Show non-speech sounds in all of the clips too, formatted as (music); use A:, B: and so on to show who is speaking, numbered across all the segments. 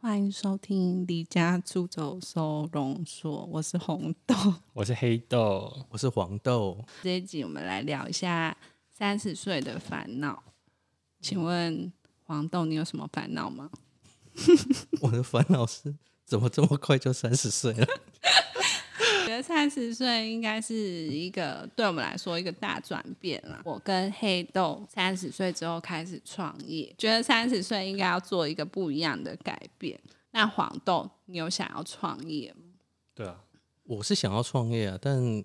A: 欢迎收听《离家出走收容所》，我是红豆。
B: 我是黑豆，
C: 我是黄豆，
A: 这一集我们来聊一下三十岁的烦恼。请问黄豆，你有什么烦恼吗？
C: 我的烦恼是怎么这么快就三十岁了？ (laughs)
A: 我觉得三十岁应该是一个对我们来说一个大转变啦。我跟黑豆三十岁之后开始创业，觉得三十岁应该要做一个不一样的改变。那黄豆，你有想要创业吗？
B: 对啊，
C: 我是想要创业啊，但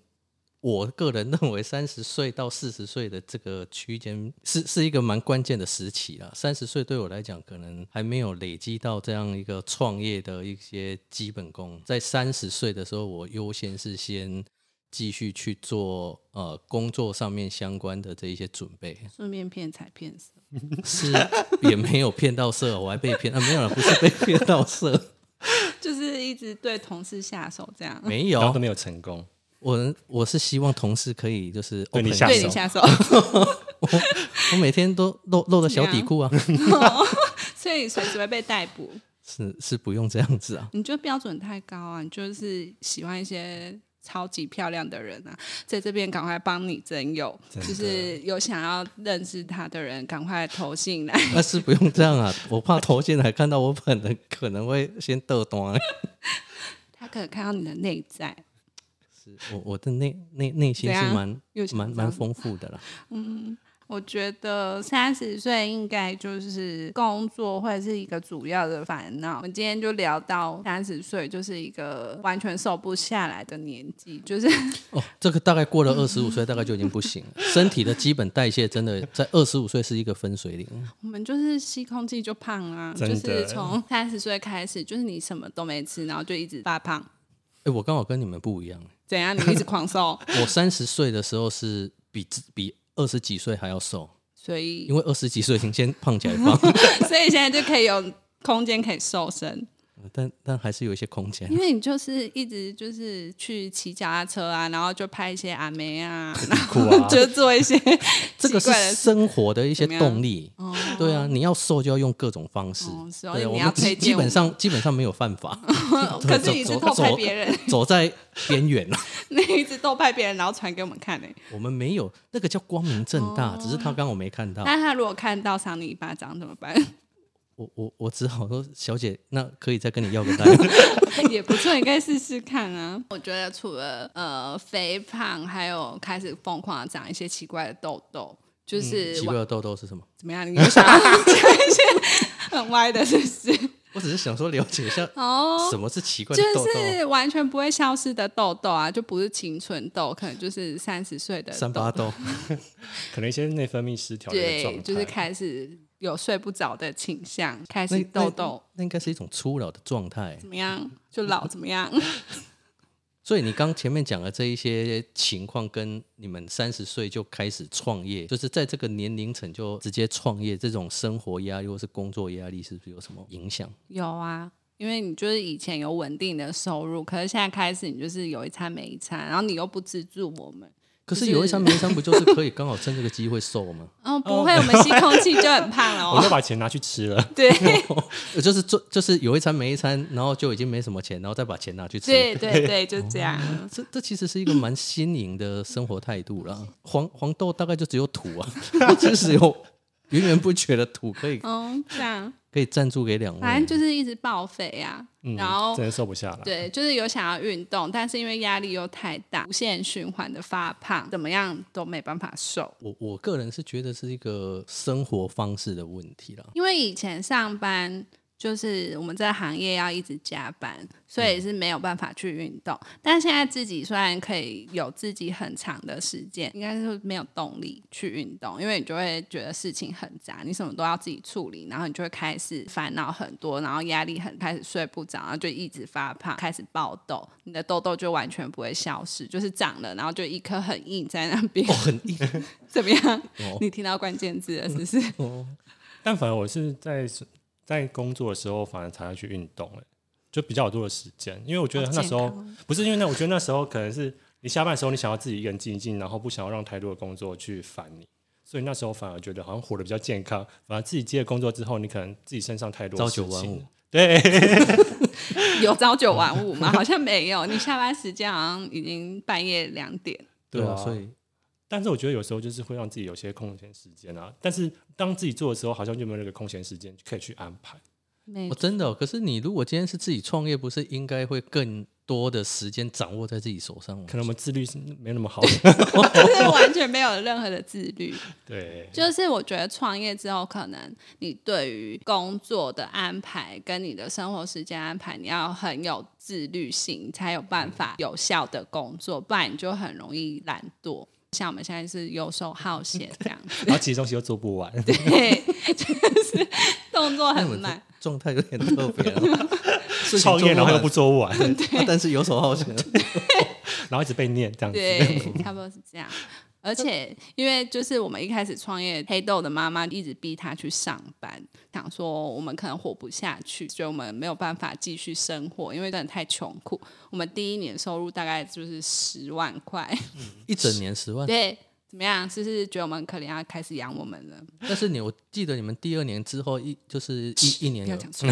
C: 我个人认为三十岁到四十岁的这个区间是是一个蛮关键的时期啦。三十岁对我来讲，可能还没有累积到这样一个创业的一些基本功。在三十岁的时候，我优先是先继续去做呃工作上面相关的这一些准备， (laughs)
A: 顺便骗财骗色。 (laughs)
C: 是也没有骗到色，我还被骗啊，没有了，不是被骗到色，
A: 就是一直对同事下手这样，
C: 没
B: 然后
C: 有
B: 都，没有成功，
C: 我我是希望同事可以就是
B: 对你
C: open
B: 下
A: 对
B: 手
A: 你下
B: (laughs)
A: 手，
C: 我每天都露露着小底裤啊，
A: 所以随时会被逮捕。
C: (laughs) 是是不用这样子啊。
A: 你就标准太高啊，你就是喜欢一些超级漂亮的人啊，在这边赶快帮你征友，
B: 真的
A: 就是有想要认识他的人，赶快投信来。
C: 那是不用这样啊，我怕头进来看到我本人，可能会先啊得端、
A: (laughs) 他可能看到你的内在，
C: 是 (laughs) 我我的内内内心
A: 怎
C: 是
A: 样
C: 蛮
A: 啊又想
C: 蛮
A: 这样
C: 蛮
A: 子
C: 丰富的啦。
A: 我觉得三十岁应该就是工作会是一个主要的烦恼。我们今天就聊到三十岁就是一个完全瘦不下来的年纪，就是
C: 哦，这个大概过了二十五岁，大概就已经不行了。身体的基本代谢真的在二十五岁是一个分水岭。啊
A: 我们就是吸空气就胖啊，
B: 真
A: 就是
B: 的
C: (laughs)
A: 从三十岁开始，就是你什么都没吃，然后就一直发胖。
C: 哎，我刚好跟你们不一样，欸
A: 怎样？你一直狂瘦，
C: (laughs) 我三十岁的时候是比自比二十几岁还要瘦，
A: 所以
C: 因为二十几岁已经先胖起来胖，
A: (laughs) 所以现在就可以有空间可以瘦身，
C: 但但还是有一些空间
A: 因。为你就是一直就是去骑脚踏车啊，然后就拍一些阿梅啊，然
B: 酷
A: 后！
B: 啊
A: 就做一些
C: (laughs) 这
A: 奇
C: 个是
A: 怪的事。
C: 生活的一些
A: 怎么样
C: 动力。对啊，你要瘦就要用各种方式。
A: 哦是哦
C: 对，啊
A: 你
C: 我
A: 要
C: 们基
A: 推荐
C: 基
A: 我
C: 本上基本上没有犯法， (laughs)
A: 可是你是偷拍别人， (laughs)
C: 走在边缘了。
A: 你一直偷拍别人，然后传给我们看呢、欸
C: 我们没有那个叫光明正大，只是他刚好没看到。
A: 哦那他如果看到赏你一巴掌怎么办？
C: 我我我只好说，小姐，那可以再跟你要个
A: (laughs)
C: 单。
A: 也不错，你可以试试看啊。我觉得除了呃肥胖，还有开始疯狂的长一些奇怪的痘痘，就是
C: 嗯奇
A: 我
C: 怪的痘痘是什么？
A: 怎么样？你有想要讲一些很歪的，是不是？
C: 我只是想说了解一下
A: (laughs) 哦，
C: 什么是奇怪的痘
A: 就
C: 痘，
A: 是完全不会消失的痘痘啊，就不是青春痘，可能就是三十岁的
C: 三八
A: 痘，
C: 痘。
B: 可能一些内分泌失调的状
A: 对，
B: 态，
A: 就是开始有睡不着的倾向，开
C: 那
A: 始痘痘
C: 那那应该是一种初老的状态。
A: 怎么样？就老怎么样？
C: 所以你刚前面讲的这一些情况，跟你们三十岁就开始创业，就是在这个年龄层就直接创业，这种生活压力或是工作压力，是不是有什么影响？
A: 有啊，因为你就是以前有稳定的收入，可是现在开始你就是有一餐没一餐，然后你又不资助我们。
C: 可
A: 就是是
C: 有一餐没一餐，不就是可以刚好趁这个机会
A: (laughs)
C: 瘦吗？
A: 哦，不会，我们吸空气就很胖了
B: (laughs) 我都
A: 哦。
B: 把钱拿去吃了，
A: 对
C: 呃就是做，就是有一餐没一餐，然后就已经没什么钱，然后再把钱拿去吃。
A: 对对对，就这样。
C: 这这其实是一个蛮新颖的生活态度
A: (laughs)
C: 啦。黄黄豆大概就只有土啊， (laughs) 就只有源源不绝的土可以
A: 嗯，这样，
C: 可以赞助给两位。
A: 反正就是一直报废啊。(laughs)
B: 嗯
A: 然后
B: 真的瘦不下来。
A: 对，就是有想要运动，但是因为压力又太大，无限循环的发胖，怎么样都没办法瘦。
C: 我我个人是觉得是一个生活方式的问题啦。
A: 因为以前上班就是我们这个行业要一直加班，所
C: 嗯
A: 以是没有办法去运动。但现在自己虽然可以有自己很长的时间，应该是没有动力去运动，因为你就会觉得事情很杂，你什么都要自己处理，然后你就会开始烦恼很多，然后压力很开始睡不着，然后就一直发胖，开始爆痘，你的痘痘就完全不会消失，就是长了，然后就一颗很硬在那边，
C: 哦，很硬
A: (laughs) 怎么样？
C: 哦
A: 你听到关键字了是不是？
C: 哦，
B: 但反而我是在在工作的时候，反而才会去运动、欸，就比较有多的时间，因为我觉得那时
A: 好
B: 候
A: 健康
B: 不是因为那，我觉得那时候可能是你下班的时候，你想要自己一个人静一静，然后不想要让太多的工作去烦你。所以那时候反而觉得好像活得比较健康，反而自己接了工作之后，你可能自己身上太多
C: 朝
B: 事
C: 九晚
B: 情
C: 五
B: 了，对，
A: (laughs) 有朝九晚五吗？好像没有，你下班时间好像已经半夜两点。
C: 对
B: 啊，
C: 所以
B: 但是我觉得有时候就是会让自己有些空闲时间啊，但是当自己做的时候，好像就没有那个空闲时间可以去安排。
A: 没
C: 我、真的哦、可是你如果今天是自己创业，不是应该会更多的时间掌握在自己手上吗？
B: 可能我们自律性没那么
A: (laughs)
B: 好。
A: 就是完全没有任何的自律。
B: (laughs) 对，
A: (laughs) 就是我觉得创业之后，可能你对于工作的安排跟你的生活时间安排，你要很有自律性，才有办法有效的工作，不然你就很容易懒惰。像我们现在是游手好闲这样子，
B: (laughs) 然后其实东西又做不完。
A: 对，就是动作
C: 那
A: 很
C: 你们这
A: 慢。
C: 状态有点特别、 (laughs) 哦，事情
B: 创业然
C: 做
B: 后又
C: 完
B: 不做完，
C: 啊但是游手好闲。
B: 然后一直被念这样子。
A: 对， (laughs) 差不多是这样。而且，因为就是我们一开始创业，黑豆的妈妈一直逼他去上班，想说我们可能活不下去，所以我们没有办法继续生活，因为真的太穷苦。我们第一年收入大概就是十万块，
C: 一整年十万，
A: 对，怎么样？就是觉得我们可能要开始养我们了，
C: 但是你我记得你们第二年之后一就是一一年
A: 不要
C: 有
A: 讲错，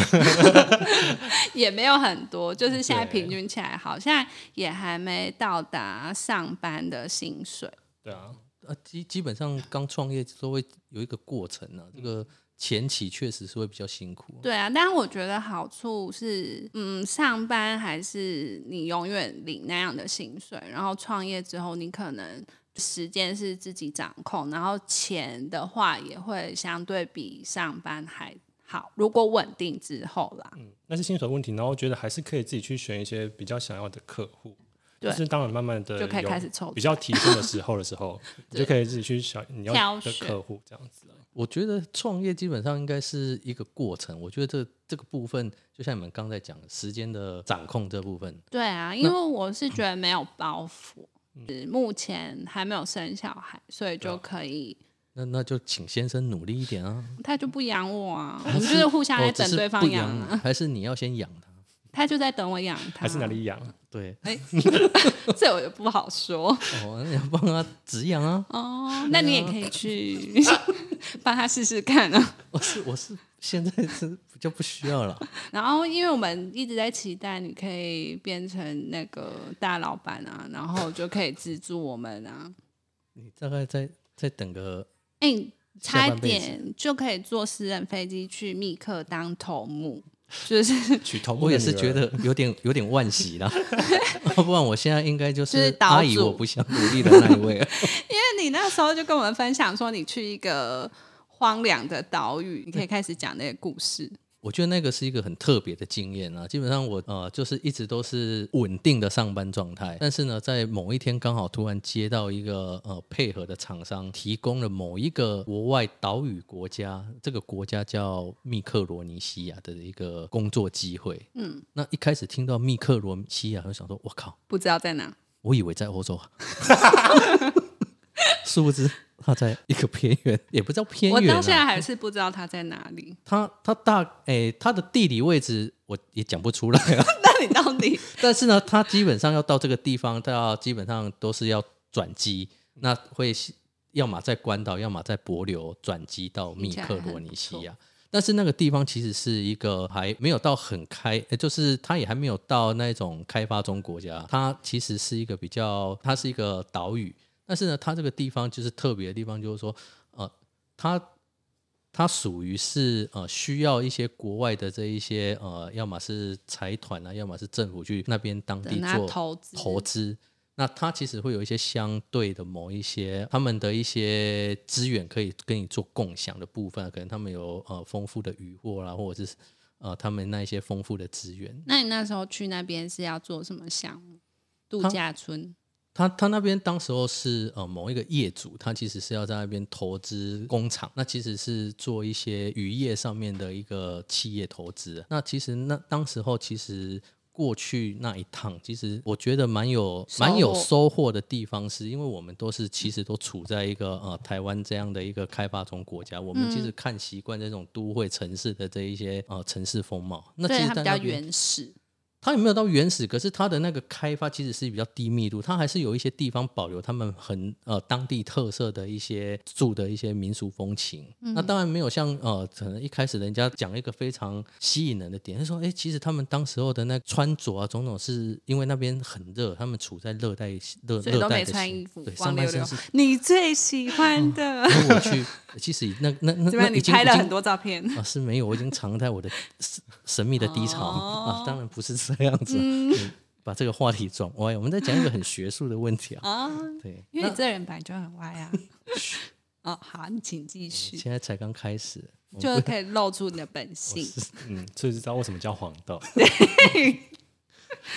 A: 也没有很多，就是现在平均起来，好像也还没到达上班的薪水。
B: 对啊，
C: 呃基基本上刚创业都会有一个过程啊，这个前期确实是会比较辛苦。
A: 对啊，但我觉得好处是，嗯，上班还是你永远领那样的薪水，然后创业之后，你可能时间是自己掌控，然后钱的话也会相对比上班还好，如果稳定之后啦，
B: 嗯，那是薪水问题，然后觉得还是可以自己去选一些比较想要的客户。
A: 对
B: 就是当然慢慢的
A: 就可以开始抽
B: 比较提升的时候的时候，你就可以自己去想你要
A: 挑
B: 的
A: 选
B: 客户这样子啊。
C: 我觉得创业基本上应该是一个过程，我觉得这这个部分就像你们刚才讲的，时间的掌控这部分，
A: 对啊，因为我是觉得没有包袱，是目前还没有生小孩，所以就可以。
C: 那那就请先生努力一点啊。
A: 他就不养我啊，我们就是互相在
C: 哦，只
A: 等
C: 是
A: 对
C: 不
A: 方
C: 养
A: 啊，
C: 你，还是你要先养他？
A: 他就在等我养他，
B: 还是哪里养？
A: 啊
C: 对，
A: 这我就不好说。
C: 哦，你要帮他止痒啊。
A: 哦，那你也可以 (laughs) 去帮他试试看啊。
C: 我是我是现在是就不需要了。
A: 然后，因为我们一直在期待你可以变成那个大老板啊，然后就可以资助我们啊。
C: 你大概再再等个，
A: 哎、你差
C: 下
A: 一
C: 半辈子
A: 点就可以坐私人飞机去密克当头目，就是 (laughs)
B: 娶头目的
C: 我也是
B: 女儿
C: 觉得有点有点惋惜啦。要不然我现在应该就
A: 就是
C: 是
A: 岛
C: 阿姨，
A: 主
C: 我不想努
B: (laughs)
C: 力的那一位。
A: 因为你那时候就跟我们分享说，你去一个荒凉的岛屿，你可以开始讲那个故事。
C: 我觉得那个是一个很特别的经验啊。基本上我呃就是一直都是稳定的上班状态，但是呢，在某一天刚好突然接到一个呃配合的厂商提供了某一个国外岛屿国家，这个国家叫密克罗尼西亚的一个工作机会。嗯，那一开始听到密克罗尼西亚，我就想说，我靠，
A: 不知道在哪，
C: 我以为在欧洲啊，殊不知它在一个偏远，也不叫偏
A: 我
C: 远、
A: 到
C: 啊
A: 现。在还是不知道他在哪里。
C: 它它大诶、它的地理位置我也讲不出来啊。
A: (laughs)
C: (laughs)
A: 那你到底
C: 但是呢，它基本上要到这个地方，它要基本上都是要转机，那会是要么在关岛，要么在帛琉转机到密克罗尼西
A: 听起来
C: 亚。但是那个地方其实是一个还没有到很开，呃就是它也还没有到那种开发中国家，它其实是一个比较，它是一个岛屿。但是呢，它这个地方就是特别的地方，就是说，呃，它它属于是呃需要一些国外的这一些呃，要么是财团啊，要么是政府去那边当地
A: 等他
C: 做
A: 投资
C: 投资。那它其实会有一些相对的某一些他们的一些资源可以跟你做共享的部分啊，可能他们有呃丰富的渔获啦，或者是呃他们那一些丰富的资源。
A: 那你那时候去那边是要做什么项目？
C: 啊
A: 度假村？
C: 他他那边当时候是呃某一个业主，他其实是要在那边投资工厂，那其实是做一些渔业上面的一个企业投资。那其实那当时候其实过去那一趟，其实我觉得蛮有
A: 收获
C: 蛮有收获的地方是，因为我们都是其实都处在一个呃台湾这样的一个开发中国家，我们其
A: 嗯
C: 实看习惯这种都会城市的这一些呃城市风貌。那其
A: 对，
C: 实
A: 它
C: 在
A: 比
C: 那
A: 较
C: 边
A: 原始。
C: 它也没有到原始，可是它的那个开发其实是比较低密度，它还是有一些地方保留他们很呃当地特色的一些住的一些民俗风情。
A: 嗯
C: 那当然没有像呃，可能一开始人家讲一个非常吸引人的点，就说哎、诶其实他们当时候的那穿着啊，种种是因为那边很热，他们处在热带热
A: 所以
C: 热
A: 都
C: 带
A: 没
C: 的时
A: 穿衣服
C: 对，，
A: 光
C: 上半
A: 溜溜
C: 身是。。
A: (laughs) 你最喜欢 (laughs) 的，
C: 因为我去，其实那那
A: (laughs)
C: 嗯那
A: 对吧？
C: 那
A: 你
C: 已经
A: 拍了
C: 已经
A: 很多照片，
C: 啊，是没有，我已经藏在我的神神秘的低潮、啊，当然不是这样子啊、嗯把这个话题转歪，我们在讲一个很学术的问题啊。对，
A: (laughs) 因为你这人本来就很歪
C: (laughs)
A: 啊。哦，好，你请继续，
C: 现在才刚开始，我
A: 就可以露出你的本性。
B: 嗯，所以知道为什么叫黄豆。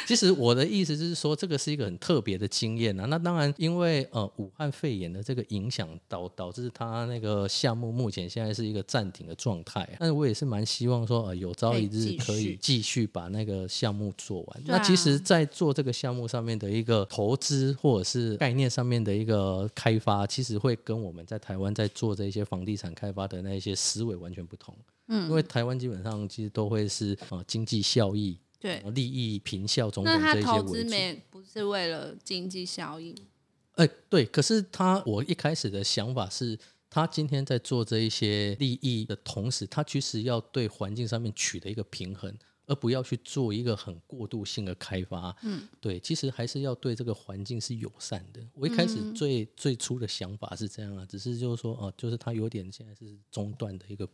C: 其实我的意思就是说，这个是一个很特别的经验啊。那当然，因为呃武汉肺炎的这个影响导导致它那个项目目前现在是一个暂停的状态、啊。但是我也是蛮希望说，呃，有朝一日
A: 可
C: 可
A: 哎以继续
C: 以继续把那个项目做完。
A: 对啊
C: 那其实，在做这个项目上面的一个投资或者是概念上面的一个开发，其实会跟我们在台湾在做这些房地产开发的那一些思维完全不同。嗯，因为台湾基本上其实都会是呃经济效益。
A: 对，
C: 利益、平效种
A: 那
C: 种
A: 他
C: 这些
A: 投资
C: 为主。
A: 没不是为了经济效益，
C: 哎、对，可是他我一开始的想法是，他今天在做这一些利益的同时，他其实要对环境上面取得一个平衡。而不要去做一个很过度性的开发，嗯，对，其实还是要对这个环境是友善的。我一开
A: 嗯
C: 始最、最初的想法是这样啊，只是就是说，哦、就是它有点现在是中断的一个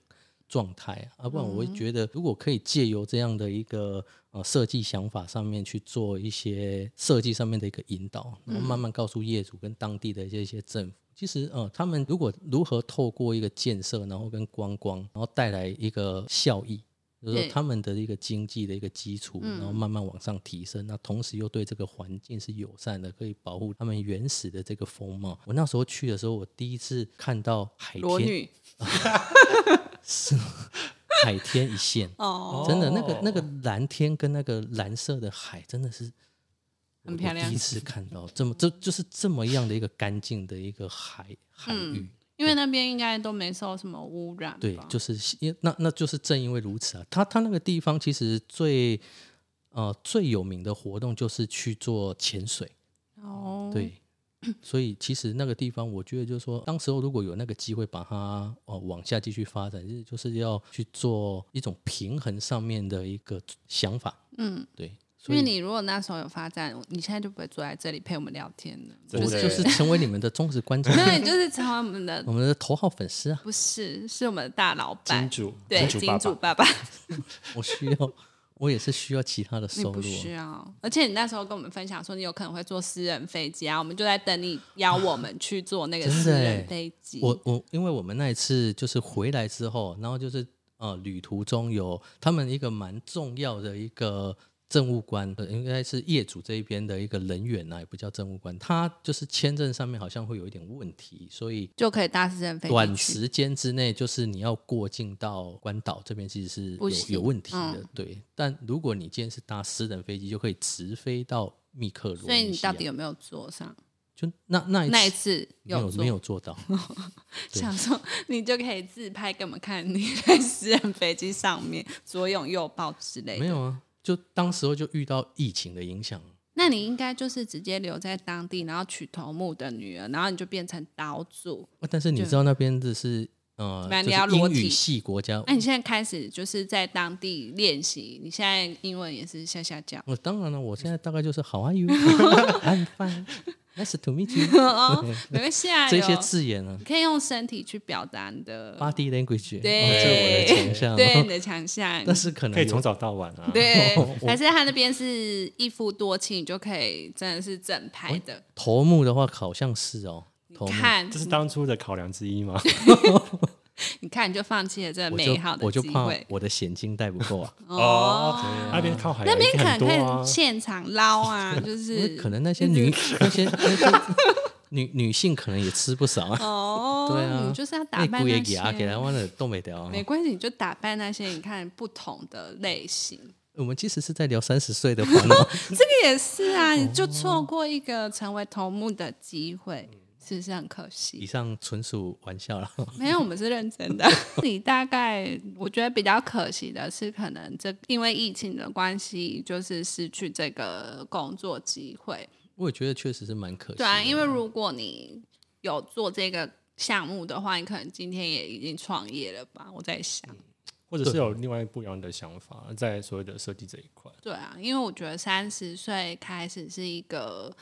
C: 状态啊，啊不然我
A: 嗯
C: 会觉得，如果可以借由这样的一个呃设计想法上面去做一些设计上面的一个引导，然后慢慢告诉业主跟当地的一些一些政府。其实，呃，他们如果如何透过一个建设，然后跟观光，然后带来一个效益，就是
A: 对嗯
C: 说他们的一个经济的一个基础，然后慢慢往上提升。那同时又对这个环境是友善的，可以保护他们原始的这个风貌。我那时候去的时候，我第一次看到海
A: 裸
C: 天
A: 女
C: 海天一线，
A: 哦，
C: 真的，那个那个蓝天跟那个蓝色的海，真的是
A: 很
C: 我
A: 漂亮
C: 第一次看到这么这就是这么样的一个干净的一个
A: 嗯
C: 海海域。
A: 因为那边应该都没受什么污染吧。
C: 对，就是因那那就是正因为如此啊，他他那个地方其实最呃最有名的活动就是去做潜水，
A: 哦，
C: 对。所以其实那个地方，我觉得就是说，当时候如果有那个机会把它呃往下继续发展，就是就是要去做一种平衡上面的一个想法。嗯，对。所
A: 因
C: 以
A: 为你如果那时候有发展，你现在就不会坐在这里陪我们聊天了。
B: 真
C: 我
B: 的
C: (laughs) 就是成为你们的忠实观众，
A: 没有，你就是成为我们的
C: (laughs) 我们的头号粉丝啊！ (laughs)
A: 不是，是我们的大老板
B: 金，主，
A: 对，
B: 主
A: 金
B: 爸
A: 主
B: 爸，
A: 爸爸，
C: 我需要，我也是需要其他的
A: 你
C: 收
A: 不
C: 入啊。
A: 需要。而且你那时候跟我们分享说，你有可能会坐私人飞机啊，我们就在等你邀我
C: (laughs)
A: 们去坐那个
C: 真的
A: 私人
C: 欸
A: 飞机。
C: 我我因为我们那一次就是回来之后，然后就是呃旅途中有他们一个蛮重要的一个政务官，呃应该是业主这一边的一个人员啊呐、也不叫政务官，他就是签证上面好像会有一点问题，所以
A: 就可以搭私人飞
C: 短
A: 机去。
C: 时间之内，就是你要过境到关岛这边，其实是
A: 不
C: 有
A: 行嗯
C: 有问题的、对，但如果你今天是搭私人飞机，就可以直飞到密克罗
A: 所以
C: 尼
A: 你
C: 西亚。
A: 到底有没有坐上？
C: 就那那一
A: 那一
C: 次
A: 次
C: 没有
A: 坐，
C: 没有做到， (laughs) 对
A: 想说你就可以自拍给我们看，你在私人飞机上面左拥右抱之类
C: 没
A: 的。
C: 有啊，就当时候就遇到疫情的影响。
A: 那你应该就是直接留在当地，然后娶头目的女儿，然后你就变成岛主。
C: 啊但是你知道那边的是呃
A: 怎么，样
C: 就
A: 你要
C: 是
A: 裸
C: 英
A: 体哎
C: 语系国家
A: 那、，你现在开始就是在当地练习，你现在英文也是下下降
C: 我哦当然了，我现在大概就是 How are
A: (laughs)
C: you？I'm (laughs) fine，Nice to meet you，
A: 哦，没关系啊，
C: 这些
A: 有
C: 字眼呢
A: 你可以用身体去表达你的，
C: ，body language，哦
A: 对，
C: 这我的强项。哦
A: 对你的强项。
C: (laughs) 但是可能
B: 可以从
C: 有
B: 早到晚啊。
A: 对，还是他那边是一夫多妻，你就可以真的是正牌的。
C: 头目的话，好像是哦，
A: 嗯
C: 头目。
A: 看
B: 这，是当初的考量之一吗？
A: 你看，你就放弃了这
C: 我
A: 美
C: 就
A: 好的
C: 我就
A: 机
C: 怕
A: 会。
C: 我的险金带不够
A: (laughs)
C: 啊，
B: 哦，那边靠海
A: 那
B: 洋
A: 边可
B: 很
A: 能
B: 多
A: 可
B: 啊
A: 以，现场捞
C: (laughs)
A: 啊，就是嗯
C: 可能那些女 (laughs) 那些那些女女性可能也吃不少啊，
A: 哦，
C: 对啊
A: 你就是要打
C: 那
A: 扮
C: 姑也
A: 那
C: 给
A: 些
C: 啊，给台湾的冻没掉啊。
A: 没关系，你就打扮那些你看不同的类型，
C: 我们其实是在聊三十岁的烦恼， (laughs) 哦
A: 这个也是啊，你就错过一个成为头目的机会。是不是很可惜
C: 嗯以？上纯属玩笑了。
A: 没有，我们是认真的。 (laughs) 你大概我觉得比较可惜的是，可能这因为疫情的关系，就是失去这个工作机会。
C: (laughs) 我也觉得确实是蛮可惜的。
A: 对啊，因为如果你有做这个项目的话，你可能今天也已经创业了吧？我在想，
B: 或者是有另外不一样的想法，在所谓的设计这一块，
A: 对啊，因为我觉得三十岁开始是一个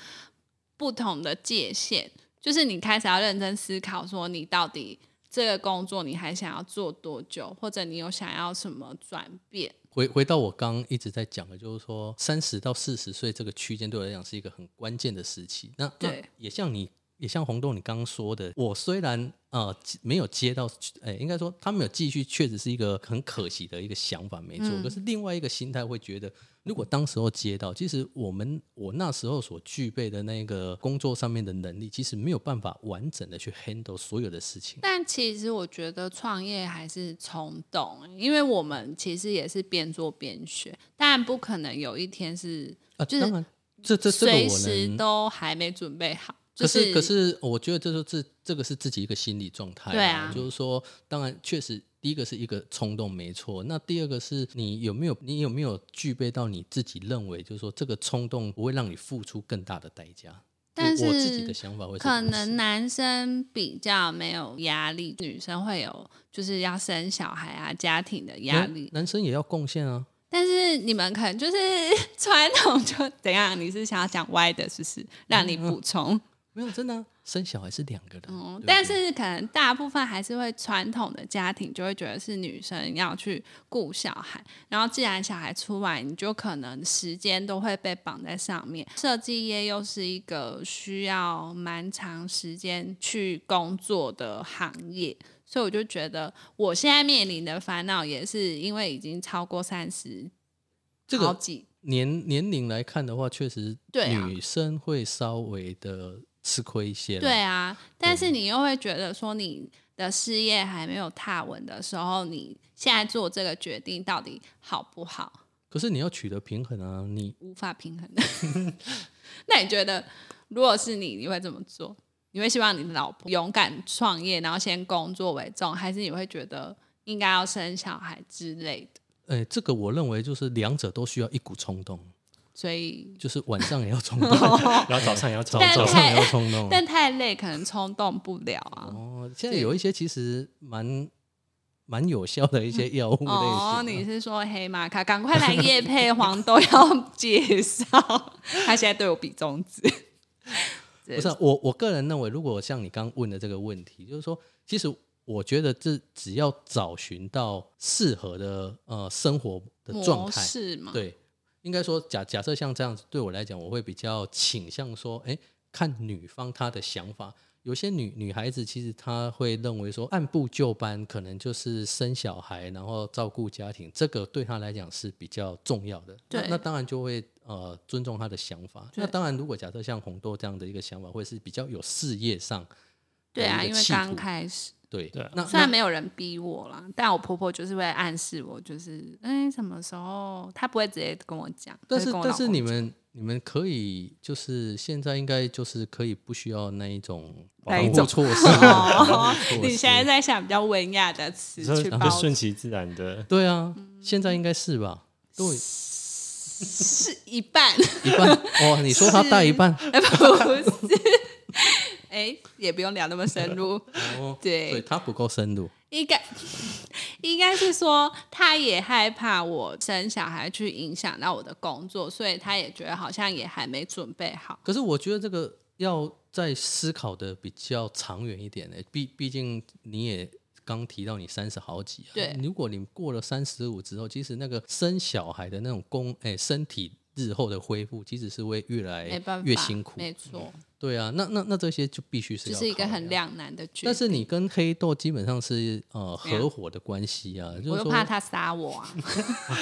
A: 不同的界限，就是你开始要认真思考，说你到底这个工作你还想要做多久，或者你有想要什么转变。
C: 回回到我刚刚一直在讲的，就是说三十到四十岁这个区间对我来讲是一个很关键的时期。那那
A: 对
C: 也像你，也像红豆你刚刚说的，我虽然呃没有接到，哎、应该说他没有继续，确实是一个很可惜的一个想法，没错。
A: 嗯
C: 可是另外一个心态会觉得，如果当时候接到，其实我们我那时候所具备的那个工作上面的能力，其实没有办法完整的去 handle 所有的事情。
A: 但其实我觉得创业还是冲动欸，因为我们其实也是边做边学，当然不可能有一天是
C: 啊，
A: 就是
C: 当然，这这这个
A: 随
C: 我
A: 时
C: 能
A: 都还没准备好。就
C: 可是可是，我觉得这就是这个是自己一个心理状态、
A: 对啊
C: 就是说，当然确实。第一个是一个冲动，没错。那第二个是你有没有你有没有具备到你自己认为，就是说这个冲动不会让你付出更大的代价。
A: 但
C: 我我自己
A: 是
C: 的想法会是
A: 可
C: 如此
A: 能男生比较没有压力，女生会有就是要生小孩啊、家庭的压
C: 男
A: 力。
C: 男生也要贡献啊。
A: 但是你们可能就是 (laughs) 传统就怎样？你是想要讲歪的，是不是？让你补充。
C: 没有真的啊、生小孩是两个人，对
A: 嗯
C: 不，
A: 但
C: 对
A: 是可能大部分还是会传统的家庭就会觉得是女生要去顾小孩，然后既然小孩出来，你就可能时间都会被绑在上面。设计业又是一个需要蛮长时间去工作的行业。所以我就觉得，我现在面临的烦恼也是因为已经超过三十
C: 这
A: 好
C: 个
A: 几，
C: 年年龄来看的话，确实
A: 对啊
C: 女生会稍微的吃亏一些啦。
A: 对啊，但是你又会觉得说你的事业还没有踏稳的时候，你现在做这个决定到底好不好，
C: 可是你要取得平衡啊，你
A: 无法平衡。 (laughs) 那你觉得，如果是你，你会怎么做？你会希望你的老婆勇敢创业，然后先工作为重，还是你会觉得应该要生小孩之类的？
C: 哎，这个我认为就是两者都需要一股冲动，
A: 所以，
C: 就是晚上也要
A: (laughs)
C: 冲动，
B: 然后早上也要早
A: 啊但
B: 早
C: 早
A: 是
B: 上
C: 上也要冲动。
A: 哦但太累可能冲动不了啊。
C: 哦，现在有一些其实蛮蛮有效的一些药物类型啊、
A: 哦，你是说黑玛卡？赶快来夜配黄豆要介绍，他现在对我比中指。
C: 不是啊、 (laughs) 我我个人认为，如果像你刚问的这个问题，就是说，其实我觉得这只要找寻到适合的呃生活的状
A: 模
C: 态，
A: 式嘛？
C: 对，应该说假假设像这样子，对我来讲，我会比较倾向说，哎，看女方她的想法。有些女女孩子其实她会认为说，按部就班，可能就是生小孩，然后照顾家庭，这个对她来讲是比较重要的。那
A: 对
C: 那当然就会呃尊重她的想法。那
A: 对
C: 当然，如果假设像红豆这样的一个想法，会是比较有事业上
A: 对啊，
C: 有一
A: 因
C: 个
A: 为
C: 企
A: 刚
C: 图
A: 开始，
C: 对
B: 对啊
C: 那
A: 虽
C: 那
A: 然没有人逼我啦，但我婆婆就是会暗示我，就是哎、什么时候，她不会直接跟我讲，
C: 但
A: 会
C: 是
A: 跟我
C: 但
A: 老
C: 是
A: 公
C: 你
A: 讲
C: 们你们可以就是现在应该就是可以不需要那一种
A: 那
C: 保
A: 一
C: 护
A: 种
C: 措
A: (laughs)
C: 施。
A: (laughs)
C: (laughs)
A: 哦，
C: 措
A: 你
C: 施
A: 现在在想比较文雅的词
B: 就
A: 去
B: 是
A: 包
B: 就顺其自然的，
C: 对啊，现在应该是吧？都有
A: 是一半， (laughs)
C: 一半哦，你说他带一半
A: 哎不是， (laughs) 哎、也不用聊那么深入，
C: 哦，
A: 对
C: 对他不够深入。
A: 应该 (laughs) 应该是说，他也害怕我生小孩去影响到我的工作，所以他也觉得好像也还没准备好。
C: 可是我觉得这个要再思考的比较长远一点呢、毕毕竟你也刚提到你三十好几啊，
A: 对
C: 如果你过了三十五之后，其实那个生小孩的那种工哎、身体日后的恢复，其实是会越来
A: 没办法，
C: 哎越辛苦。
A: 没错，
C: 对啊，那那那这些就必须是
A: 这
C: 要
A: 是一个
C: 考
A: 很
C: 量。
A: 两难的决定。
C: 但是你跟黑豆基本上是呃
A: 样
C: 合伙的关系啊，就
A: 我又
C: 是说
A: 怕他杀我
C: (laughs)
A: 啊！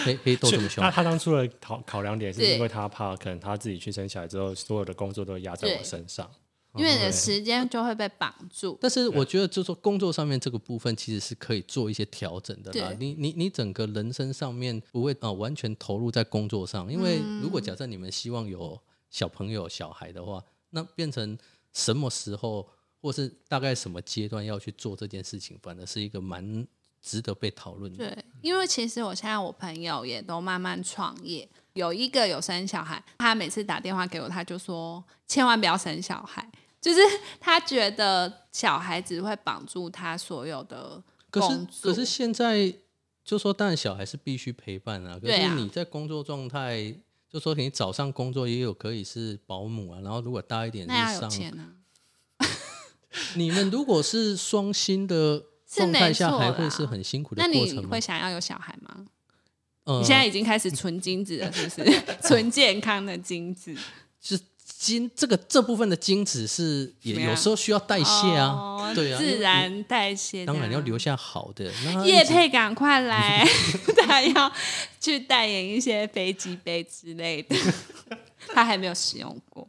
C: 黑黑豆这么
B: (laughs) 是
C: 凶
B: 他，他当初的考考量点是
A: 对
B: 因为他怕，可能他自己去生小孩之后，所有的工作都压在
A: 对
B: 我身上。
A: 因为你的
C: 哦
A: 时间就会被绑住。
C: 但是我觉得，就是说工作上面这个部分，其实是可以做一些调整的啦
A: 对。
C: 你你你整个人生上面不会啊、呃完全投入在工作上，因为如果
A: 嗯
C: 假设你们希望有小朋友、小孩的话，那变成什么时候或是大概什么阶段要去做这件事情，反而是一个蛮值得被讨论的。
A: 对，因为其实我现在我朋友也都慢慢创业，有一个有生小孩，他每次打电话给我，他就说千万不要生小孩，就是 (laughs) 他觉得小孩只会绑住他所有的
C: 可
A: 工
C: 是
A: 作。
C: 可是现在就说，当然小孩是必须陪伴啊。可
A: 对啊
C: 是你在工作状态，就说你早上工作也有可以是保姆啊，然后如果大一点
A: 那要
C: 是
A: 有
C: 上。
A: 钱啊，
C: (laughs) 你们如果是双薪的
A: 是
C: 状态
A: 没
C: 下，
A: 错
C: 还
A: 啦
C: 会是很辛苦的
A: 那
C: 过
A: 你
C: 程吗
A: 会？想要有小孩吗？
C: 呃
A: 你现在已经开始存精子了，是不
C: (laughs)
A: 是？存健康的精子，
C: 就是精这个这部分的精子是也
A: 怎么样
C: 有时候需要代谢啊，
A: 哦
C: 对啊，
A: 自然代谢，
C: 当然要留。下好的。那
A: 叶
C: 一直
A: 配赶快来， (laughs) 他要去代言一些飞机杯之类的， (laughs) 他还没有使用过。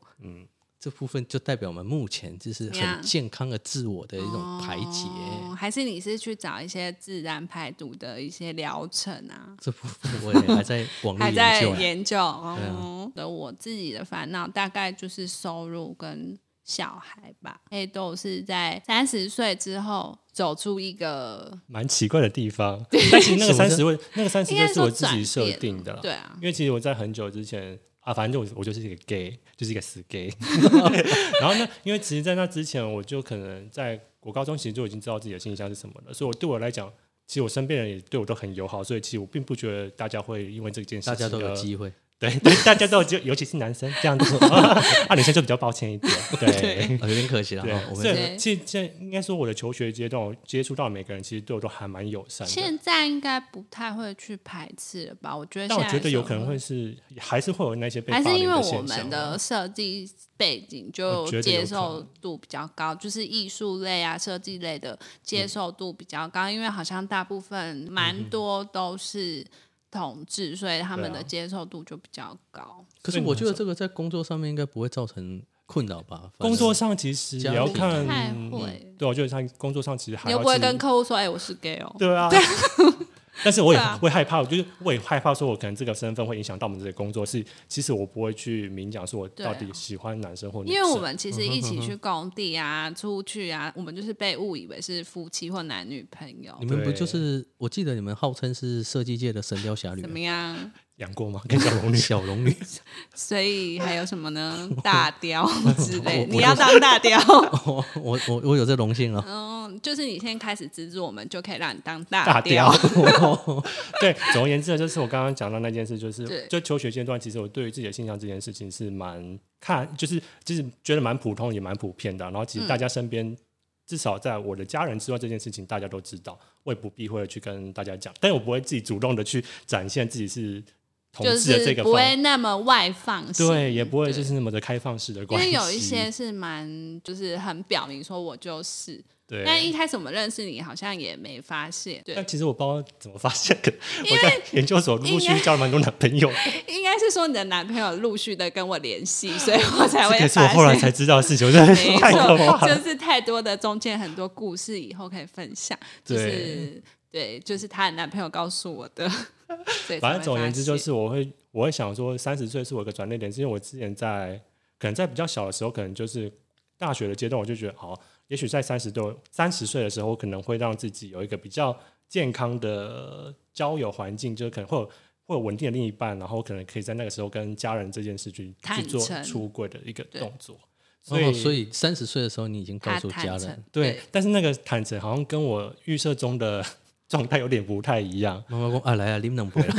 C: 这部分就代表我们目前就是
A: 怎么样
C: 很健康的自我的一种排解。
A: 哦，还是你是去找一些自然排毒的一些疗程啊？
C: 这部分我也还在网络
A: 还在
C: 研究啊，
A: 研究哦。的、我自己的烦恼大概就是收入跟小孩吧，哎，都是在三十岁之后走出一个，
B: 蛮奇怪的地方。但其实那个
C: 什么
B: 三
C: 叫
B: 十位，那个三十
A: 应
B: 岁
A: 该
B: 是
A: 说
B: 我自己
A: 转
B: 设
A: 变
B: 定的啦，
A: 对啊
B: 因，为其实我在很久之前啊，反正我我就是一个 gay，就是一个死 gay。然后呢，因为其实，在那之前，我就可能在我高中其实就已经知道自己的性向是什么了，所以我对我来讲，其实我身边人也对我都很友好，所以其实我并不觉得大家会因为这件事情
C: 大家都有
B: 而
C: 机会。
B: 对 (laughs) 对，大家都有机会，尤其是男生这样子， (laughs) 啊，女生就比较抱歉
A: (laughs)
B: 一点，对。
C: 啊有点可惜了
B: 对
C: 哈，，我
B: 所
C: 们
A: 对
B: 以其实现在应该说，我的求学阶段，我接触到每个人，其实对我都还蛮友善的。
A: 现在应该不太会去排斥了吧？我觉得
B: 但
A: 现
B: 我
A: 在，
B: 觉得有可能会是，还是会有那些被霸
A: 还是因
B: 凌
A: 为我
B: 现象
A: 们
B: 啊
A: 的设计背景
B: 我
A: 就
B: 觉得有
A: 接
B: 可
A: 受
B: 能
A: 度比较高，就是艺术类啊、设计类的
B: 嗯
A: 接受度比较高，因为好像大部分蛮多都是同志，所以他们
B: 对
A: 的
B: 啊
A: 接受度就比较高。
B: 所
C: 可是
B: 以你
C: 我
B: 很
C: 觉得
B: 少
C: 这个在工作上面应该不会造成困扰吧？反
B: 工作
C: 而
B: 上其实
C: 家
B: 也要
C: 庭
B: 看
A: 不太会，
B: 对，我觉得像工作上其实还
A: 你又
B: 要
A: 不会
B: 是
A: 跟客户说：“哎、我是 gay 哦。
B: 对啊。 (laughs) 但是我也
A: 对啊
B: 会害怕，我就是我也害怕说，我可能这个身份会影响到我们这个工作。是，其实我不会去明讲说我
A: 对啊
B: 到底喜欢男生或”女
A: 因
B: 生，
A: 为我们其
B: 嗯
A: 实一起去工地啊、出去啊，我们就是被误以为是夫妻或男女朋友
C: 你，们不就
B: 对
C: 是？我记得你们号称是设计界的《神雕侠侣
A: 怎》么样？
B: 养过吗？跟小龙
C: 啊，
B: 女，
C: 小龙女。
A: 所以还有什么
B: (laughs)
A: 呢？大雕之类，
C: 我
A: 你要当大雕。
C: 我我我我有这荣幸啊！
A: 嗯，就是你先开始资助我们，就可以让你当大
B: 大
A: 雕。
B: (laughs) 对，总而言之呢，就是我刚刚讲到那件事，就是
A: 对
B: 就求学阶段，其实我对于自己的性向这件事情是蛮看，就是就是觉得蛮普通，也蛮普遍的。然后其实大
A: 嗯
B: 家身边，至少在我的家人之外，这件事情大家都知道，我也不避讳的去跟大家讲，但我不会自己主动的去展现自己是同
A: 就
B: 志的
A: 是
B: 这个
A: 不
B: 方
A: 会那么外放性，
B: 对，也不会就
A: 对
B: 是那么的开放式的
A: 因
B: 关系。
A: 为有一些是蛮就是很表明说我就是，
B: 对，
A: 但一开始我们认识你好像也没发现，对
B: 但，其实我不知道怎么发现的，我在研究所陆
A: 应该
B: 续交了蛮多男朋友，
A: 应该是说你的男朋友陆续的跟我联系，所以我才会发
B: 这个是我
A: 现。
B: 后来才知道的事情，我真的
A: 没
B: (laughs) 太可怕
A: 错，
B: 了。
A: 就是太多的中间很多故事，以后可以分享。就是对，就是她的男朋友告诉我的。 (laughs) 对，
B: 反
A: 才
B: 正
A: 会
B: 总而言
A: 发
B: 之，就
A: 现
B: 是我会我会想说，三十岁是我一个转捩点，是因为我之前在可能在比较小的时候，可能就是大学的阶段，我就觉得好，也许在三十多三十岁的时候，我可能会让自己有一个比较健康的交友环境，就是可能会有会有稳定的另一半，然后可能可以在那个时候跟家人这件事去去
A: 坦
B: 做
A: 诚
B: 出柜的一个动作。所以，
C: 哦，所以三十岁的时候你已经告
A: 她
C: 诉家
A: 坦
C: 人
A: 诚，，
B: 对，但是那个坦诚好像跟我预设中的 (laughs) 状态有点不太一样，
C: 妈妈说啊来啊，你们能不能？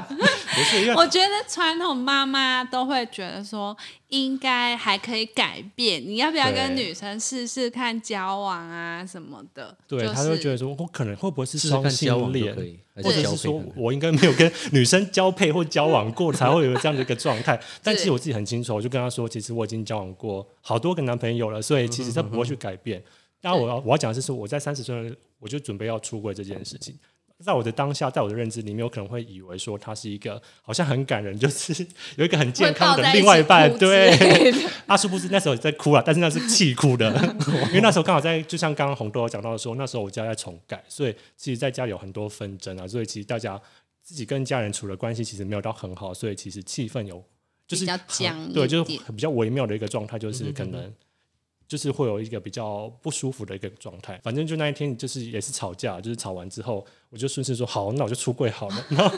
B: 不是 (laughs) 因为
A: 我觉得传统妈妈都会觉得说，应该还可以改变，你要不要跟
B: 对
A: 女生试试看交往啊什么的？
B: 对，
A: 就是、
B: 他会觉得说，我可能会不会是
C: 试试
B: 双
C: 看交
B: 性
C: 往就
B: 恋
C: 可，以，还
B: 或者
C: 交
B: 是
C: 配
B: 说
C: 看看？
B: 我应该没有跟女生交配或交往过，才会有这样的一个状态。但其实我自己很清楚，我就跟他说，其实我已经交往过好多个男朋友了，所以其实他不会去改变。但我要我要讲的是说，我在三十岁我就准备要出柜这件事情。在我的当下，在我的认知里面，我可能会以为说他是一个好像很感人，就是 (laughs) 有一个很
A: 会
B: 健康
A: 抱
B: 的
A: 在一
B: 另外
A: 起
B: 一半
A: 哭，之
B: 对，
A: 类
B: (laughs)
A: 的
B: 啊，殊不知那时候也在哭啊了，但是那是气
A: (laughs)
B: 哭的， (laughs) 因为那时候刚好在，就像刚刚红豆有讲到说，那时候我家在重改，所以其实在家里有很多纷争啊，所以其实大家自己跟家人处的关系其实没有到很好，所以其实气氛有就是
A: 比较
B: 很
A: 僵
B: 对，
A: 一
B: 就是
A: 点嗯
B: 很比较微妙的一个状态，就是可能。就是会有一个比较不舒服的一个状态。反正就那一天，就是也是吵架，就是吵完之后，我就顺势说好，那我就出柜好了。
A: (laughs)
B: 然后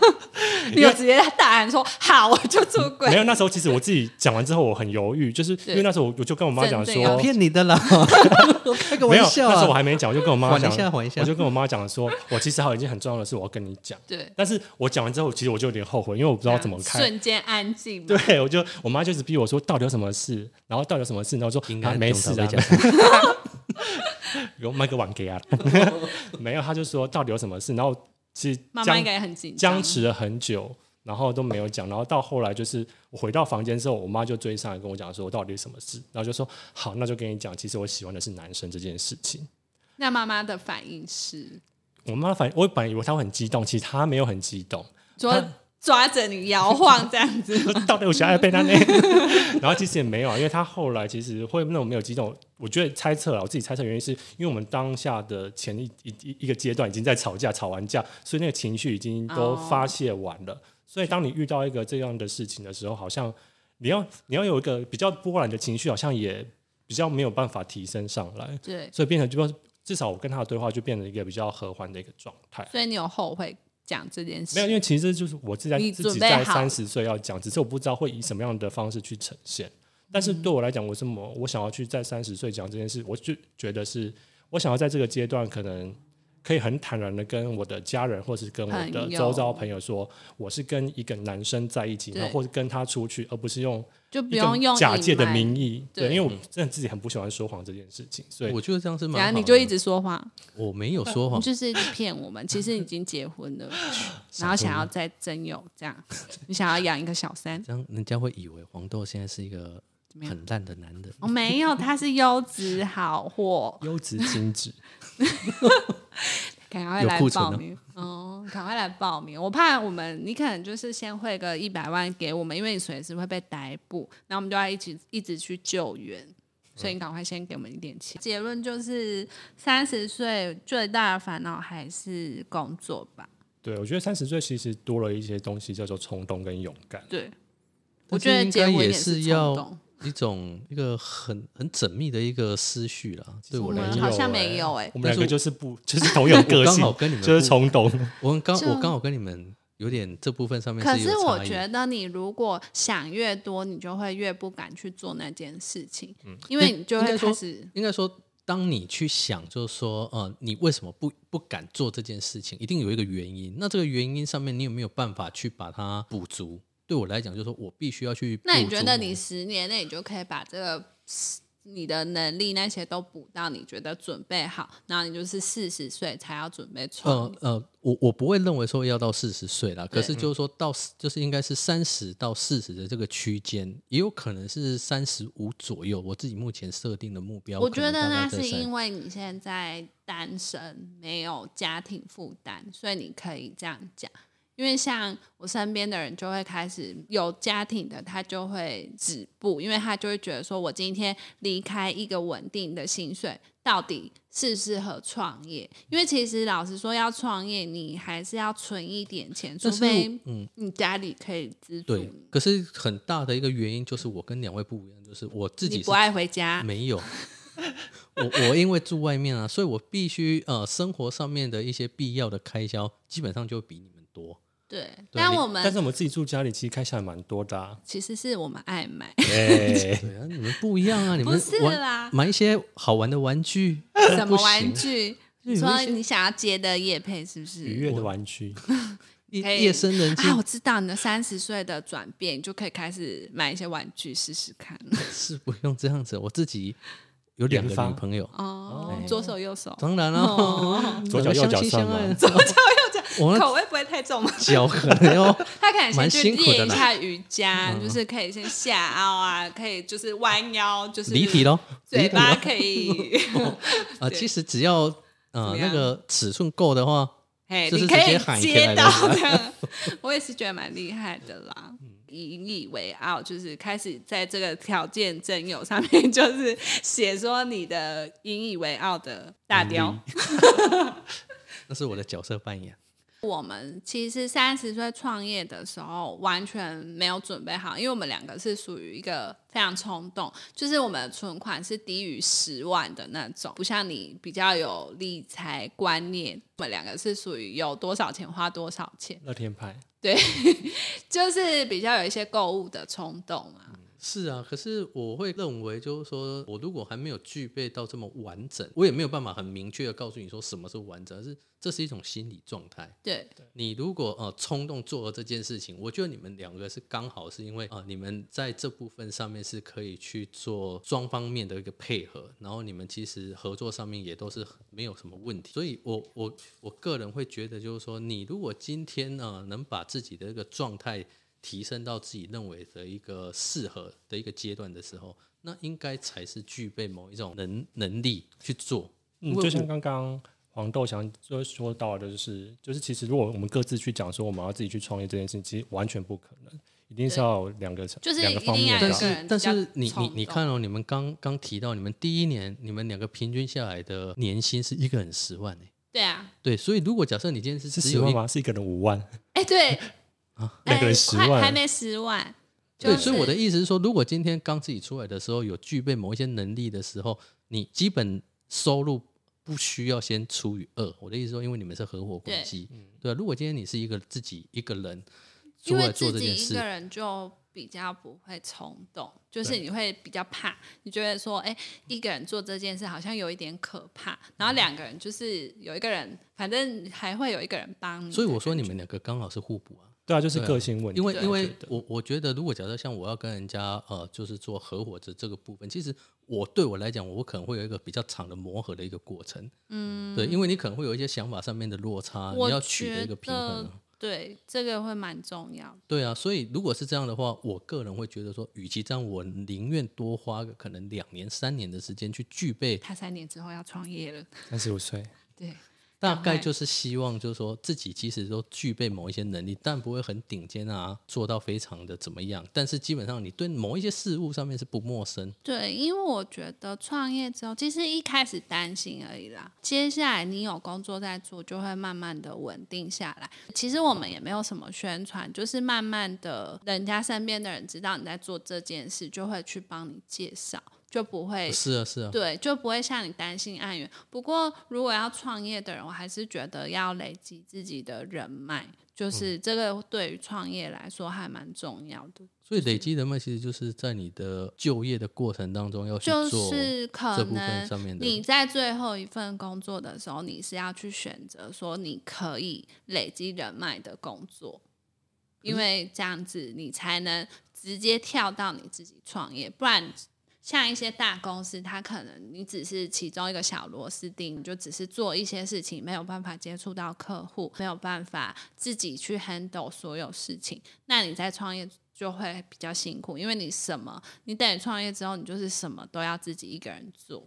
A: 你有直接大喊说好，我就出轨
B: 没。有，那时候其实我自己讲完之后，我很犹豫，就是因为那时候我我就跟我妈讲
A: 正正要
B: 说，
C: 骗
B: (laughs)
C: 你的啦，我开个
B: 没
C: 玩
B: 有，
C: 笑
B: 那时候我
C: 啊。
B: 还没讲，我就跟我妈
C: 缓一
B: 讲，
C: 下缓一下
B: 我就跟我妈讲说，我其实还有一件很重要的事我要跟你讲。
A: 对，
B: 但是我讲完之后，其实我就有点后悔，因为我不
A: 不
B: 知道怎么开。
A: 瞬间安静嘛。
B: 对，我就我妈就是逼我说到底有什么事，然后到底有什么事，然后说
C: 应
B: 啊
C: 该
B: 没事啊
C: 讲，，
B: 有卖个碗 (laughs) 给啊，没有，她就说到底有什么事，然后其实
A: 妈妈
B: 僵
A: 应该也很紧张
B: 僵。持了很久，然后都没有讲，然后到后来就是我回到房间之后，我妈就追上来跟我讲说到底有什么事，然后就说好，那就跟你讲，其实我喜欢的是男生这件事情。
A: 那妈妈的反应是
B: 我妈反我本来以为她会很激动，其实她没有很激动， (laughs)
A: 说抓着你摇晃这样子，
B: 说到底有小爱被他那， (laughs) 然后其实也没有啊，因为他后来其实会那种没有激动，我觉得猜测啊，我自己猜测原因是因为我们当下的前一一一一个阶段已经在吵架，吵完架，所以那个情绪已经都
A: 哦
B: 发泄完了，所以当你遇到一个这样的事情的时候，好像你要你要有一个比较波澜的情绪，好像也比较没有办法提升上来，
A: 对，
B: 所以变成就是至少我跟他的对话就变成一个比较和缓的一个状态。
A: 所以你有后悔讲这件事？
B: 没有，因为其实就是我自己在
A: 你
B: 自
A: 准
B: 己
A: 备
B: 在
A: 好
B: 三十岁要讲，只是我不知道会以什么样的方式去呈现。但
A: 嗯
B: 是对我来讲，我这么我想要去在三十岁讲这件事，我就觉得是我想要在这个阶段，可能可以很坦然的跟我的家人，或是跟我的
A: 朋友
B: 周遭朋友说，我是跟一个男生在一起，
A: 对
B: 然后或是跟他出去，而不是用
A: 就不
B: 一
A: 用
B: 个
A: 用
B: 假借的
A: 隐瞒，
B: 名义。对，
A: 对
B: 因为我真的自己很不喜欢说谎这件事情，所以
C: 我觉得这样是蛮
A: 然
C: 好
A: 后
C: 的。
A: 你就一直说谎，
C: 我没有说谎
A: 你，就是一直骗我们。其实已经结婚
C: (laughs)
A: 了，然后想要再征友这样，你想要养一个小三？
C: 这样人家会以为黄豆现在是一个
A: 么样
C: 很烂的男人。
A: 哦，没有，他是优质好货，
B: 优质精致。 (laughs)
A: 赶快
C: 有
A: 来
C: 库存
A: 报
C: 哦
A: 名哦，赶快来报名！我怕我们，你可能就是先汇个一百万给我们，因为你随时会被逮捕，然后我们就要一起一直去救援，所以你赶快先给我们一点钱。结论就是，三十岁最大的烦恼还是工作吧。
B: 对，我觉得三十岁其实多了一些东西，叫做冲动跟勇敢。
A: 对，我
C: 但
A: 觉得
C: 应
A: 结
C: 该
A: 婚
C: 也
A: 是冲
C: 要
A: 动。
C: 一种一个很很缜密的一个思绪啦。对我
A: 我
C: 来
A: 们
C: 讲，
A: 好像没有哎、
B: 欸我们
C: 但
B: 两
C: 是
B: 个
C: 我
B: 就是不，就是同样个
C: 我刚
B: 性
C: 好跟你，
B: (laughs)
C: 们
B: 就是
C: 不
B: 冲动。
C: 我们刚
A: 就
C: 我刚好跟你们有点这部分上面
A: 可
C: 有
A: 是
C: 差
A: 我
C: 异
A: 觉得，你如果想越多，你就会越不敢去做那件事情，因为你就
C: 嗯应
A: 会
C: 该说
A: 开始
C: 应该说，当你去想，就是说，呃，你为什么不不敢做这件事情，一定有一个原因。那这个原因上面，你有没有办法去把它补足？对我来讲，就是说我必须要去补足我。
A: 那你觉得你十年内你就可以把这个你的能力那些都补到你觉得准备好，然后你就是四十岁才要准备创
C: 呃
A: 业，
C: 呃，我我不会认为说要到四十岁啦，可
A: 嗯
C: 是就是说到就是应该是三十到四十的这个区间，也有可能是三十五左右。我自己目前设定的目标，
A: 我觉
C: 可能
A: 得
C: 大概
A: 那
C: 在
A: 是
C: 30
A: 因为你现在单身，没有家庭负担，所以你可以这样讲。因为像我身边的人就会开始有家庭的，他就会止步，因为他就会觉得说，我今天离开一个稳定的薪水，到底适不适合创业？因为其实老实说，要创业，你还是要存一点钱，除
C: 但是
A: 非
C: 嗯
A: 你家里可以资助
C: 对
A: 你，，
C: 可是很大的一个原因就是我跟两位不一样，就是我自己
A: 你
C: 是
A: 不爱回家，
C: 没有，我我因为住外面啊，所以我必须呃生活上面的一些必要的开销，基本上就比你们多。
A: 对。
C: 对
A: 但
C: 你
A: 我们
B: 但是我们自己住家里，其实开销还蛮多的、啊。
A: 其实是我们爱买，
B: (laughs) 对，
C: 对啊，你们不一样啊，你
A: 不
C: 们
A: 是
C: 玩
A: 啦，
C: 买一些好玩的玩具， (laughs)
A: 什
C: 不
A: 么
C: 行
A: 玩具？你
C: 有
A: 说
C: 一些
A: 你想要接的叶配是不是？
B: (laughs) 愉悦的玩具，
C: 夜
A: 可以
C: 夜深人静
A: 啊，我知道你的三十岁的转变，你就可以开始买一些玩具试试
C: (laughs)
A: 看。
C: (laughs) 是不用这样子。我自己有两
B: 研发
C: 个女朋友，
A: 哦，左手右手，哦
C: 当然 (laughs) 了，
B: 左脚右脚算吗
C: 左 (laughs) 脚右脚，我那
A: 口味不会太
C: (laughs)
A: 重吗？
C: 脚可能要
A: 他可能先
C: 蛮
A: 去
C: 辛苦的
A: 练一
C: 啦
A: 下瑜伽，就是可以先下凹啊，可以就是弯腰，就是
C: 离题喽，
A: 嘴
C: 离题喽
A: 巴可以，
C: 啊，
A: 对
C: 其实只要
A: 么
C: 呃
A: 样
C: 那个尺寸够的话，
A: 嘿，
C: 就是
A: 你可
C: 直
A: 以
C: 接喊一天
A: 接
C: 来
A: 到
C: 的 (laughs)
A: 的。我也是觉得蛮厉害的啦，
C: 嗯
A: 引以为傲，就是开始在这个条件征友上面，就是写说你的
C: 嗯
A: 引以为傲的大雕。
C: 那是我的角色扮演。
A: 我们其实三十岁创业的时候完全没有准备好，因为我们两个是属于一个非常冲动，就是我们的存款是低于十万的那种，不像你比较有理财观念，我们两个是属于有多少钱花多少钱，
B: 乐天派，
A: 对，就是比较有一些购物的冲动嘛。
C: 是啊，可是我会认为，就是说我如果还没有具备到这么完整，我也没有办法很明确的告诉你说什么是完整，而是这是一种心理状态。
A: 对，
C: 你如果呃冲动做了这件事情，我觉得你们两个是刚好是因为啊、呃你们在这部分上面是可以去做双方面的一个配合，然后你们其实合作上面也都是很没有什么问题。所以我我我个人会觉得，就是说你如果今天呃能把自己的一个状态提升到自己认为的一个适合的一个阶段的时候，那应该才是具备某一种能能力去做。
B: 嗯，就像刚刚黄豆翔就说到的，就是就是其实如果我们各自去讲说我们要自己去创业这件事，其实完全不可能，一定是要有两个
A: 就是
B: 两个方面
A: 一定要有一
B: 的
C: 但
A: 个
B: 啊。
C: 是
A: 人
C: 但
A: 比较
C: 是你
A: 冲
C: 你
A: 动
C: 你看哦，你们刚刚提到你们第一年，你们两个平均下来的年薪是一个人十万诶。
A: 对啊，
C: 对，所以如果假设你今天是
B: 是
C: 只
B: 十
C: 有
B: 万
C: 一，
B: 吗？是一个人五万， (laughs)
A: 哎、对，
C: 啊
B: 两个人
A: 哎
B: 10
A: 快
B: 万
A: 还没十万，
C: 对，
A: 就
C: 所以我的
A: 是
C: 意思是说，如果今天刚自己出来的时候有具备某一些能力的时候，你基本收入不需要先除以二。我的意思是说，因为你们是合伙关系，对啊。如果今天你是一个自己一个人出
A: 因为
C: 来做
A: 自
C: 这
A: 己
C: 件
A: 一
C: 事
A: 个，人就比较不会冲动，就是你会比较怕，你觉得说，哎、一个人做这件事好像有一点可怕，然后两个人就是有一个人，反正还会有一个人帮你，
C: 所以我说你们两个刚好是互补啊。
B: 对啊，就是
C: 对啊
B: 个性问题。
C: 因为
B: 对
C: 因为我我觉得，如果假设像我要跟人家呃，就是做合伙的这个部分，其实我对我来讲，我可能会有一个比较长的磨合的一个过程。嗯，对，因为你可能会有一些想法上面的落差，啊你
A: 我
C: 要取得
A: 觉
C: 一个平衡
A: 得
C: 啊。
A: 对这个会蛮重要的，
C: 对啊，所以如果是这样的话，我个人会觉得说，与其这样，我宁愿多花个可能两年、三年的时间去具备，
A: 他三年之后要创业了，
B: 三十
A: (laughs)
B: 五岁，
A: 对。
C: 大
A: 赶
C: 概
A: 快
C: 就是希望就是说自己其实都具备某一些能力，但不会很顶尖啊，做到非常的怎么样，但是基本上你对某一些事物上面是不陌生。
A: 对，因为我觉得创业之后，其实一开始担心而已啦。接下来你有工作在做，就会慢慢的稳定下来。其实我们也没有什么宣传，就是慢慢的，人家身边的人知道你在做这件事，就会去帮你介绍，就不会
C: 是啊，是啊，
A: 对，就不会像你担心案源。不过，如果要创业的人，我还是觉得要累积自己的人脉，就是这个对于创业来说还蛮重要的。
C: 所以累积人脉其实就是在你的就业的过程当中要去
A: 就
C: 做。
A: 是可
C: 这部分上面
A: 能
C: 的
A: 你在最后一份工作的时候，你是要去选择说你可以累积人脉的工作，因为这样子你才能直接跳到你自己创业，不然。像一些大公司，它可能你只是其中一个小螺丝钉，你就只是做一些事情，没有办法接触到客户，没有办法自己去 handle 所有事情。那你在创业就会比较辛苦，因为你什么你等你创业之后，你就是什么都要自己一个人做。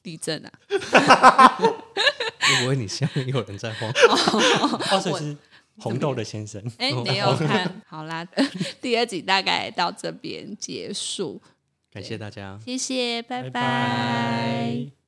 A: 地震啊！
C: 如果你下面有人
A: (laughs)
C: 在慌，
B: 哦，所以是红豆的先生。
A: 哎、没有看好啦， (laughs) 第二集大概到这边结束，
C: 感谢大家。
A: (laughs) 谢谢，拜
B: 拜
A: 拜
B: 拜